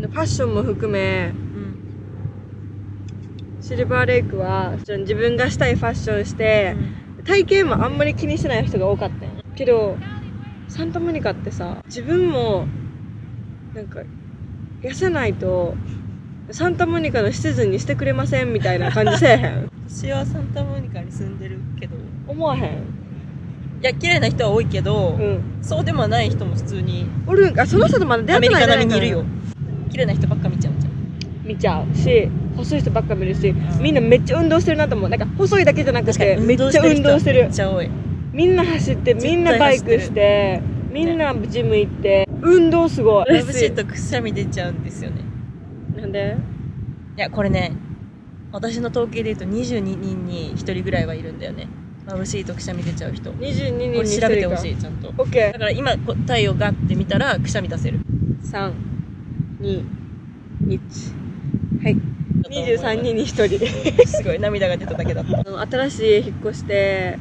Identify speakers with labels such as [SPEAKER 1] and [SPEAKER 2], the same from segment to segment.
[SPEAKER 1] ファッションも含め
[SPEAKER 2] うん
[SPEAKER 1] シルバーレイクはその自分がしたいファッションし
[SPEAKER 2] う
[SPEAKER 1] て、
[SPEAKER 2] ん
[SPEAKER 1] 体型もあんまり気にしてない人が多かったんやけどサンタモニカってさ自分もなんか痩せないとサンタモニカのシチズンにしてくれませんみたいな感じせえへ ん
[SPEAKER 2] 私はサンタモニカに住んでるけどい
[SPEAKER 1] 思わへん
[SPEAKER 2] や綺麗な人は多いけど、
[SPEAKER 1] うん
[SPEAKER 2] そうでもない人も普通に
[SPEAKER 1] おるんかその人とまだ出会
[SPEAKER 2] ア
[SPEAKER 1] って
[SPEAKER 2] メリ
[SPEAKER 1] ない
[SPEAKER 2] カ
[SPEAKER 1] んじゃな
[SPEAKER 2] 並みにいる
[SPEAKER 1] かな
[SPEAKER 2] よ綺麗な人ばっか見ちゃうじゃん
[SPEAKER 1] 見ちゃうし細い人ばっか見るし
[SPEAKER 2] ん
[SPEAKER 1] みんなめっちゃ運動してるなと思うなんか細いだけじゃなく
[SPEAKER 2] 確か
[SPEAKER 1] て
[SPEAKER 2] に
[SPEAKER 1] めっちゃ運動して
[SPEAKER 2] め
[SPEAKER 1] る
[SPEAKER 2] っちゃ多い
[SPEAKER 1] みんな走ってみんなバイクしてみんなジム行って運動すごい
[SPEAKER 2] 眩しいとくしゃみ出ちゃうんですよね
[SPEAKER 1] なんで
[SPEAKER 2] いやこれね私の統計で言うと22人に1人ぐらいはいるんだよね眩しいとくしゃみ出ちゃう人こ
[SPEAKER 1] 22人に
[SPEAKER 2] れ
[SPEAKER 1] 1人
[SPEAKER 2] 調
[SPEAKER 1] か
[SPEAKER 2] べてほしいちゃんと
[SPEAKER 1] オッケ
[SPEAKER 2] だから今こう太陽がって見たらくしゃみ出せる
[SPEAKER 1] ー321はい23人に1人
[SPEAKER 2] すごい涙が出ただけだっ た
[SPEAKER 1] あの新しい家引っ越して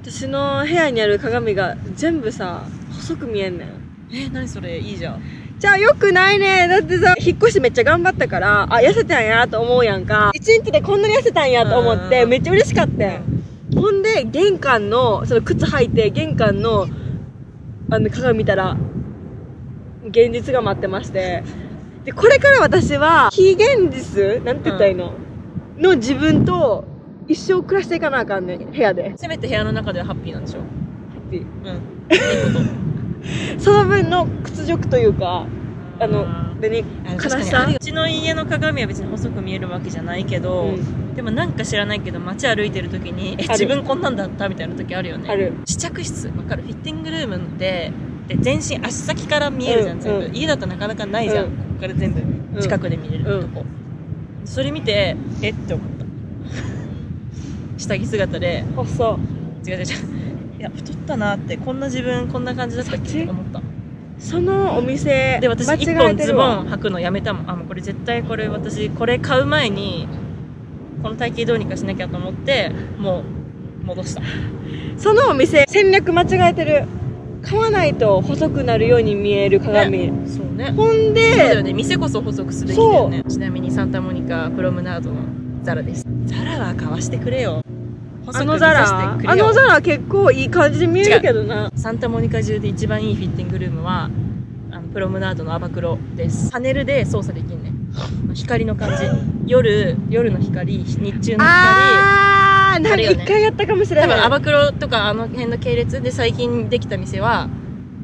[SPEAKER 1] 私の部屋にある鏡が全部さ細く見えんねん
[SPEAKER 2] え何それいいじゃん
[SPEAKER 1] じゃあよくないねだってさ引っ越してめっちゃ頑張ったからあ痩せたんやと思うやんか一日でこんなに痩せたんやと思って
[SPEAKER 2] うん
[SPEAKER 1] めっちゃ嬉しかったんほんで玄関のその靴履いて玄関のあの鏡見たら現実が待ってましてでこれから私は非現実なんて言ったらいいの、の自分と一生暮らしていかなあかんねん部屋で
[SPEAKER 2] せめて部屋の中ではハッピーなんでしょうん
[SPEAKER 1] その分の屈辱というかあの何
[SPEAKER 2] あ
[SPEAKER 1] 悲し
[SPEAKER 2] 確かにあ
[SPEAKER 1] さ
[SPEAKER 2] るようちの家の鏡は別に細く見えるわけじゃないけど、
[SPEAKER 1] うん
[SPEAKER 2] でもなんか知らないけど街歩いてる時にえ
[SPEAKER 1] る
[SPEAKER 2] 自分こんなんだったみたいな時あるよね
[SPEAKER 1] ある
[SPEAKER 2] 試着室わかるフィッティングルームでで全身足先から見えるじゃん、
[SPEAKER 1] うん
[SPEAKER 2] 全部、
[SPEAKER 1] うん
[SPEAKER 2] 家だとなかなかないじゃん、
[SPEAKER 1] うん
[SPEAKER 2] ここから全部近くで見れるとこ、それ見てえって思った下着姿で
[SPEAKER 1] 細
[SPEAKER 2] 違う違う違ういや太ったなってこんな自分こんな感じだったっけって思った
[SPEAKER 1] そのお店
[SPEAKER 2] で私一
[SPEAKER 1] 間違え
[SPEAKER 2] 本
[SPEAKER 1] て
[SPEAKER 2] ズ
[SPEAKER 1] る
[SPEAKER 2] ボ
[SPEAKER 1] わ
[SPEAKER 2] ン履くのやめたもんあもうこれ絶対これ私これ買う前にこの体型どうにかしなきゃと思ってもう戻した
[SPEAKER 1] そのお店戦略間違えてる買わないと細くなるように見える鏡、
[SPEAKER 2] そうね
[SPEAKER 1] ほん
[SPEAKER 2] そうだよ
[SPEAKER 1] で
[SPEAKER 2] ね店こそ細くすべきだよねちなみにサンタモニカプロムナードのザラですザラは買わしてくれよ細
[SPEAKER 1] あ
[SPEAKER 2] く
[SPEAKER 1] の
[SPEAKER 2] 見
[SPEAKER 1] ザ
[SPEAKER 2] さ
[SPEAKER 1] ラ
[SPEAKER 2] せてく
[SPEAKER 1] あ
[SPEAKER 2] れよ
[SPEAKER 1] のザラ結構いい感じに見えるけどな
[SPEAKER 2] サンタモニカ中で一番いいフィッティングルームはあのプロムナードのアバクロですパネルで操作できんね光の感じ夜夜の光日中の光
[SPEAKER 1] あーなん
[SPEAKER 2] あ
[SPEAKER 1] か
[SPEAKER 2] るよ
[SPEAKER 1] 一
[SPEAKER 2] ね
[SPEAKER 1] 回やったかもしれな
[SPEAKER 2] 多
[SPEAKER 1] い
[SPEAKER 2] 分アバクロとかあの辺の系列で最近できた店は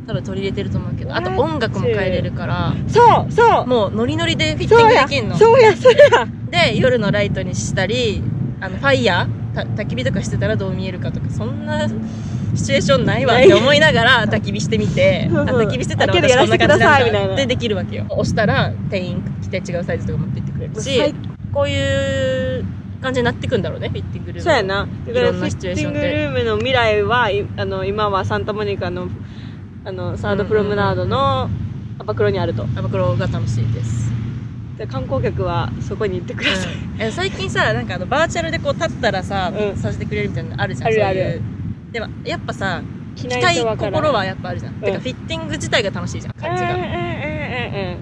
[SPEAKER 2] 多分取り入れてると思うけどあと音楽も変えれるから
[SPEAKER 1] そうそう
[SPEAKER 2] もうノリノリでフィッティン
[SPEAKER 1] そう
[SPEAKER 2] グで
[SPEAKER 1] や
[SPEAKER 2] きんの
[SPEAKER 1] そうやそうや
[SPEAKER 2] で夜のライトにしたりあのファイヤーた焚き火とかしてたらどう見えるかとかそんなシチュエーションないわって思いながら焚き火してみて
[SPEAKER 1] そうそう
[SPEAKER 2] あ焚き火してたら
[SPEAKER 1] 開け
[SPEAKER 2] 私
[SPEAKER 1] る
[SPEAKER 2] こんな感じ
[SPEAKER 1] やらせてくださいみ
[SPEAKER 2] なん
[SPEAKER 1] たい
[SPEAKER 2] だ
[SPEAKER 1] な
[SPEAKER 2] ってできるわけよ押したら店員来て違うサイズとか持ってってくれる
[SPEAKER 1] 最
[SPEAKER 2] しこういう感じになってくんだろうねフィッティングルーム
[SPEAKER 1] そうやなだから
[SPEAKER 2] いろん
[SPEAKER 1] フィ
[SPEAKER 2] な
[SPEAKER 1] ッ
[SPEAKER 2] シチュエ
[SPEAKER 1] テ
[SPEAKER 2] ー
[SPEAKER 1] ィ
[SPEAKER 2] ショ
[SPEAKER 1] ン
[SPEAKER 2] ン
[SPEAKER 1] グ
[SPEAKER 2] で
[SPEAKER 1] ルームの未来はいあの今はサンタモニカのあのサードプロムナードのアバクロにあると
[SPEAKER 2] アバクロが楽しいです
[SPEAKER 1] で観光客はそこに行ってください、
[SPEAKER 2] え最近さなんかあのバーチャルでこう立ったらさ、
[SPEAKER 1] うん
[SPEAKER 2] させてくれるみたいなのあるじゃん
[SPEAKER 1] あるある
[SPEAKER 2] そういうでもやっぱさ
[SPEAKER 1] 着
[SPEAKER 2] 着
[SPEAKER 1] な
[SPEAKER 2] た
[SPEAKER 1] い
[SPEAKER 2] い
[SPEAKER 1] とわからん
[SPEAKER 2] 心はやっぱあるじゃん、
[SPEAKER 1] ん
[SPEAKER 2] てかフィッティング自体が楽しいじゃん感じ
[SPEAKER 1] うんうん
[SPEAKER 2] が
[SPEAKER 1] うんうんうん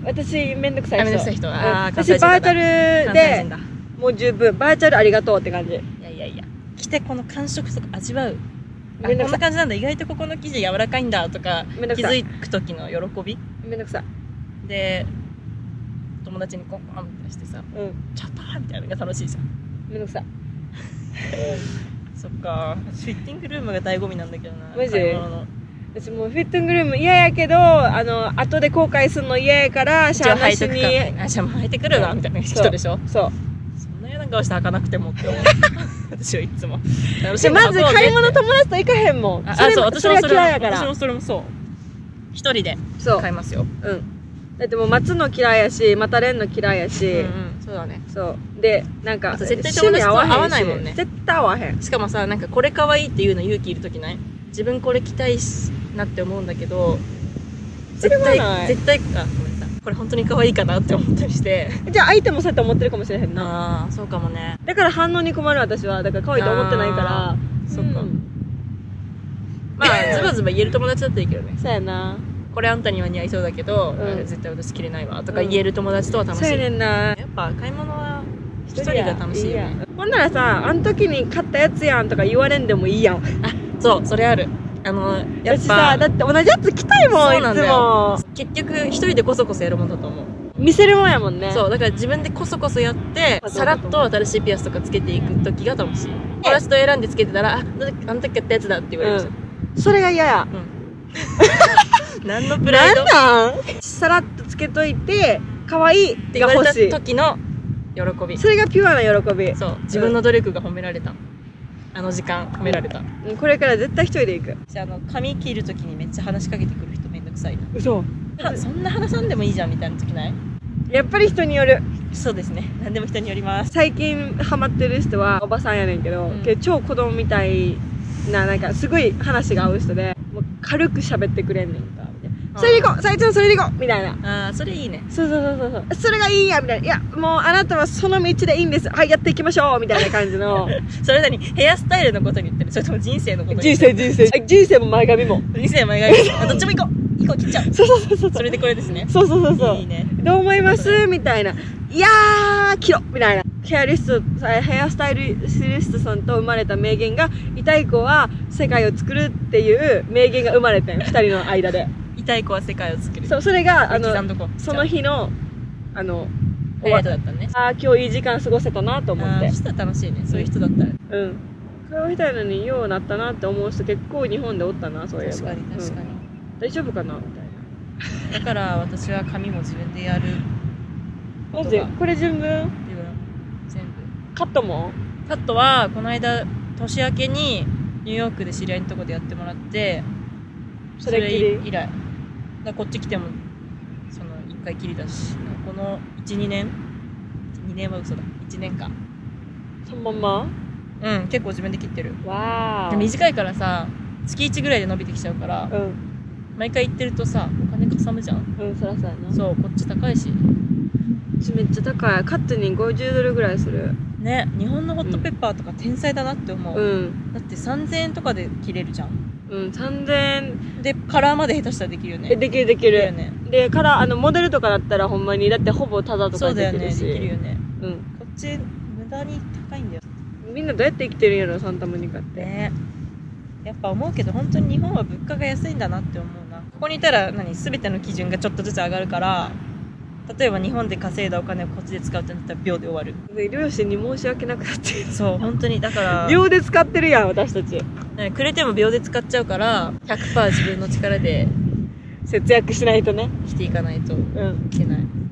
[SPEAKER 1] 私めんどくさい
[SPEAKER 2] あ
[SPEAKER 1] 人
[SPEAKER 2] めんどくさい人
[SPEAKER 1] うん
[SPEAKER 2] あー関西
[SPEAKER 1] 私
[SPEAKER 2] 人だ
[SPEAKER 1] バーチャル
[SPEAKER 2] 関西人
[SPEAKER 1] で
[SPEAKER 2] だ
[SPEAKER 1] もう十分バーチャルありがとうって感じ
[SPEAKER 2] いやいやいや着てこの感触とか味わうあ
[SPEAKER 1] めんど
[SPEAKER 2] こ
[SPEAKER 1] くさ
[SPEAKER 2] んない感じなんだ意外とここの生地柔らかいんだとか
[SPEAKER 1] めんどく
[SPEAKER 2] 気
[SPEAKER 1] さ
[SPEAKER 2] づ
[SPEAKER 1] い
[SPEAKER 2] く時の喜び
[SPEAKER 1] めんどくさい
[SPEAKER 2] で友達にコンコンってしてさ
[SPEAKER 1] うん
[SPEAKER 2] 「ちょっと!」みたいなのが楽しいじゃん
[SPEAKER 1] めんどくさい
[SPEAKER 2] そっかフィッティングルームが醍醐味なんだけどな
[SPEAKER 1] マジ
[SPEAKER 2] 買い物の
[SPEAKER 1] 私もうフィッティングルーム嫌やけどあの後で後悔するの嫌やからし
[SPEAKER 2] じ
[SPEAKER 1] ゃ
[SPEAKER 2] ゃ
[SPEAKER 1] あ
[SPEAKER 2] あ履
[SPEAKER 1] ないして
[SPEAKER 2] く
[SPEAKER 1] に
[SPEAKER 2] かあじゃあもう履いてくるわみたいな人でしょ
[SPEAKER 1] そう
[SPEAKER 2] そんな嫌な顔して履かなくてもって思う私はいつ も
[SPEAKER 1] でまず買い物
[SPEAKER 2] と
[SPEAKER 1] 友達と行かへんもん
[SPEAKER 2] あ
[SPEAKER 1] そ
[SPEAKER 2] あ
[SPEAKER 1] れ
[SPEAKER 2] そう
[SPEAKER 1] も
[SPEAKER 2] 私
[SPEAKER 1] それ
[SPEAKER 2] もそ
[SPEAKER 1] が
[SPEAKER 2] れも
[SPEAKER 1] 嫌やか
[SPEAKER 2] 私
[SPEAKER 1] ら
[SPEAKER 2] もそれもそう一人で
[SPEAKER 1] そう
[SPEAKER 2] 買いますよ
[SPEAKER 1] うんだってもう待つの嫌いやしまたれんの嫌いやし、
[SPEAKER 2] そうだね
[SPEAKER 1] そうでなんか
[SPEAKER 2] あと絶対友達と
[SPEAKER 1] 趣味
[SPEAKER 2] 合わ
[SPEAKER 1] し
[SPEAKER 2] ないもんね
[SPEAKER 1] 絶対合わへん
[SPEAKER 2] しかもさなんかこれ可愛いっていうの勇気いる時ない自分これ着たいしなって思うんだけど
[SPEAKER 1] それ
[SPEAKER 2] 絶
[SPEAKER 1] は
[SPEAKER 2] 対
[SPEAKER 1] ない
[SPEAKER 2] 絶対あごめんなさいこれ本当に可愛いかなって思ったりして
[SPEAKER 1] じゃあ相手もそうやって思ってるかもしれへんな
[SPEAKER 2] ああそうかもね
[SPEAKER 1] だから反応に困る私はだから可愛いと思ってないから
[SPEAKER 2] そっか
[SPEAKER 1] うん
[SPEAKER 2] まあズバズバ言える友達だったらいいけどね
[SPEAKER 1] そうやな
[SPEAKER 2] ここれあんたには似合いそうだけど、
[SPEAKER 1] うん
[SPEAKER 2] 絶対私着れないわとか言える友達とは楽し
[SPEAKER 1] そう
[SPEAKER 2] い、
[SPEAKER 1] やねんな
[SPEAKER 2] やっぱ買い物は一人が楽しいよね
[SPEAKER 1] やほんならさあの時に買ったやつやんとか言われんでもいいやん
[SPEAKER 2] そうそれあるあのやっ
[SPEAKER 1] 私
[SPEAKER 2] ぱ
[SPEAKER 1] さだって同じやつ着たいもん
[SPEAKER 2] そうなんだ
[SPEAKER 1] いつ
[SPEAKER 2] よ
[SPEAKER 1] も
[SPEAKER 2] 結局一人でこそこそやるもんだと思う、
[SPEAKER 1] 見せるもんやもんね
[SPEAKER 2] そうだから自分でこそこそやって
[SPEAKER 1] あ
[SPEAKER 2] さらっと新しいピアスとかつけていく時が楽しい友達と選んでつけてたら「ああの時買ったやつだ」って言われるじゃん、
[SPEAKER 1] それが嫌や
[SPEAKER 2] 何のプラ
[SPEAKER 1] な
[SPEAKER 2] イ
[SPEAKER 1] ん
[SPEAKER 2] ドっ
[SPEAKER 1] なんさらっとつけといて可愛い
[SPEAKER 2] て
[SPEAKER 1] って
[SPEAKER 2] 言わ
[SPEAKER 1] が
[SPEAKER 2] れ
[SPEAKER 1] 欲
[SPEAKER 2] た
[SPEAKER 1] しい
[SPEAKER 2] 時の喜び
[SPEAKER 1] それがピュアな喜び
[SPEAKER 2] そう自分の努力が褒められたあの時間褒められた
[SPEAKER 1] うんこれから絶対一人で行く
[SPEAKER 2] じゃあの髪切る時にめっちゃ話しかけてくる人めんどくさいな
[SPEAKER 1] 嘘
[SPEAKER 2] はそんな話さんでもいいじゃんみたいな時ない
[SPEAKER 1] やっぱり人による
[SPEAKER 2] そうです ね何でも人によります
[SPEAKER 1] 最近ハマってる人はおばさんやねんけど、
[SPEAKER 2] うん
[SPEAKER 1] けど超子供みたいななんかすごい話が合う人でもう軽く喋ってくれんねんかみたいなそれで行こう最長それで行こうみたいな
[SPEAKER 2] ああそれいいね
[SPEAKER 1] そうそうそうそうそうそれがいいんやみたいないやもうあなたはその道でいいんですはいやっていきましょうみたいな感じの
[SPEAKER 2] それなにヘアスタイルのことに言ってるそれとも人生のことに 言
[SPEAKER 1] 人
[SPEAKER 2] って
[SPEAKER 1] 生
[SPEAKER 2] る
[SPEAKER 1] 人生あ人生も前髪も
[SPEAKER 2] 人生前髪あどっちも行こう行こう切っちゃう
[SPEAKER 1] そうそうそうそう
[SPEAKER 2] それでこれですね
[SPEAKER 1] そうそうそうそう
[SPEAKER 2] いいね
[SPEAKER 1] どう思いますみたいな。いやー、切ろみたいな。ヘアリスト、ヘアスタイルストさんと生まれた名言が、痛い子は世界を作るっていう名言が生まれてん、二人の間で。
[SPEAKER 2] 痛い子は世界を作る
[SPEAKER 1] そう、それが、あ
[SPEAKER 2] 刻
[SPEAKER 1] の、
[SPEAKER 2] んどこう
[SPEAKER 1] その日の、あの、
[SPEAKER 2] ホワイトだったね
[SPEAKER 1] あー、今日いい時間過ごせたなと思っ
[SPEAKER 2] あ
[SPEAKER 1] て
[SPEAKER 2] ー。そしたら楽しいねそういう人だったら
[SPEAKER 1] うん。顔みたいなのにようなったなって思う人結構日本でおったな、そういえば。
[SPEAKER 2] 確かに確か
[SPEAKER 1] うん
[SPEAKER 2] に、
[SPEAKER 1] 大丈夫かなみたいな。
[SPEAKER 2] だから私は髪も自分でやる
[SPEAKER 1] マジでこれ順分
[SPEAKER 2] 自分全部
[SPEAKER 1] カットも
[SPEAKER 2] カットはこの間年明けにニューヨークで知り合いのとこでやってもらって
[SPEAKER 1] それっきり
[SPEAKER 2] 以来だからこっち来てもその1回きりだしこの12年2年は嘘だ1年間
[SPEAKER 1] そのまん
[SPEAKER 2] うん結構自分で切ってる
[SPEAKER 1] まわー。
[SPEAKER 2] 短いからさ月1ぐらいで伸びてきちゃうから
[SPEAKER 1] うん。
[SPEAKER 2] 毎回行ってるとさお金かさむじゃん
[SPEAKER 1] うん、そらそうやな
[SPEAKER 2] そうこっち高いし
[SPEAKER 1] うめっちゃ高いカットに50ドルぐらいする
[SPEAKER 2] ね日本のホットペッパーとか天才だなって思う、
[SPEAKER 1] うん
[SPEAKER 2] だって3000円とかで切れるじゃん
[SPEAKER 1] うん3000円
[SPEAKER 2] でカラーまで下手したらできるよね
[SPEAKER 1] えできるでき
[SPEAKER 2] できるよ
[SPEAKER 1] る
[SPEAKER 2] ね
[SPEAKER 1] でからあのモデルとかだったらほんまにだってほぼタダと
[SPEAKER 2] そ
[SPEAKER 1] か
[SPEAKER 2] う
[SPEAKER 1] で
[SPEAKER 2] だよ
[SPEAKER 1] き
[SPEAKER 2] ねで
[SPEAKER 1] る
[SPEAKER 2] き
[SPEAKER 1] し
[SPEAKER 2] るよね
[SPEAKER 1] うん、
[SPEAKER 2] こっち無駄に高いんだよ
[SPEAKER 1] みんなどうやって生きてるんやろサンタモニカって、
[SPEAKER 2] ねやっぱ思うけど本当に日本は物価が安いんだなって思うなここにいたら何全ての基準がちょっとずつ上がるから例えば日本で稼いだお金をこっちで使うってなったら秒で終わる
[SPEAKER 1] で両親に申し訳なくなってる
[SPEAKER 2] そう本当にだから、
[SPEAKER 1] 秒で使ってるやん私たち
[SPEAKER 2] ねくれても秒で使っちゃうから100%自分の力で
[SPEAKER 1] 節約しないとね
[SPEAKER 2] 生きていかないと
[SPEAKER 1] うん
[SPEAKER 2] いけない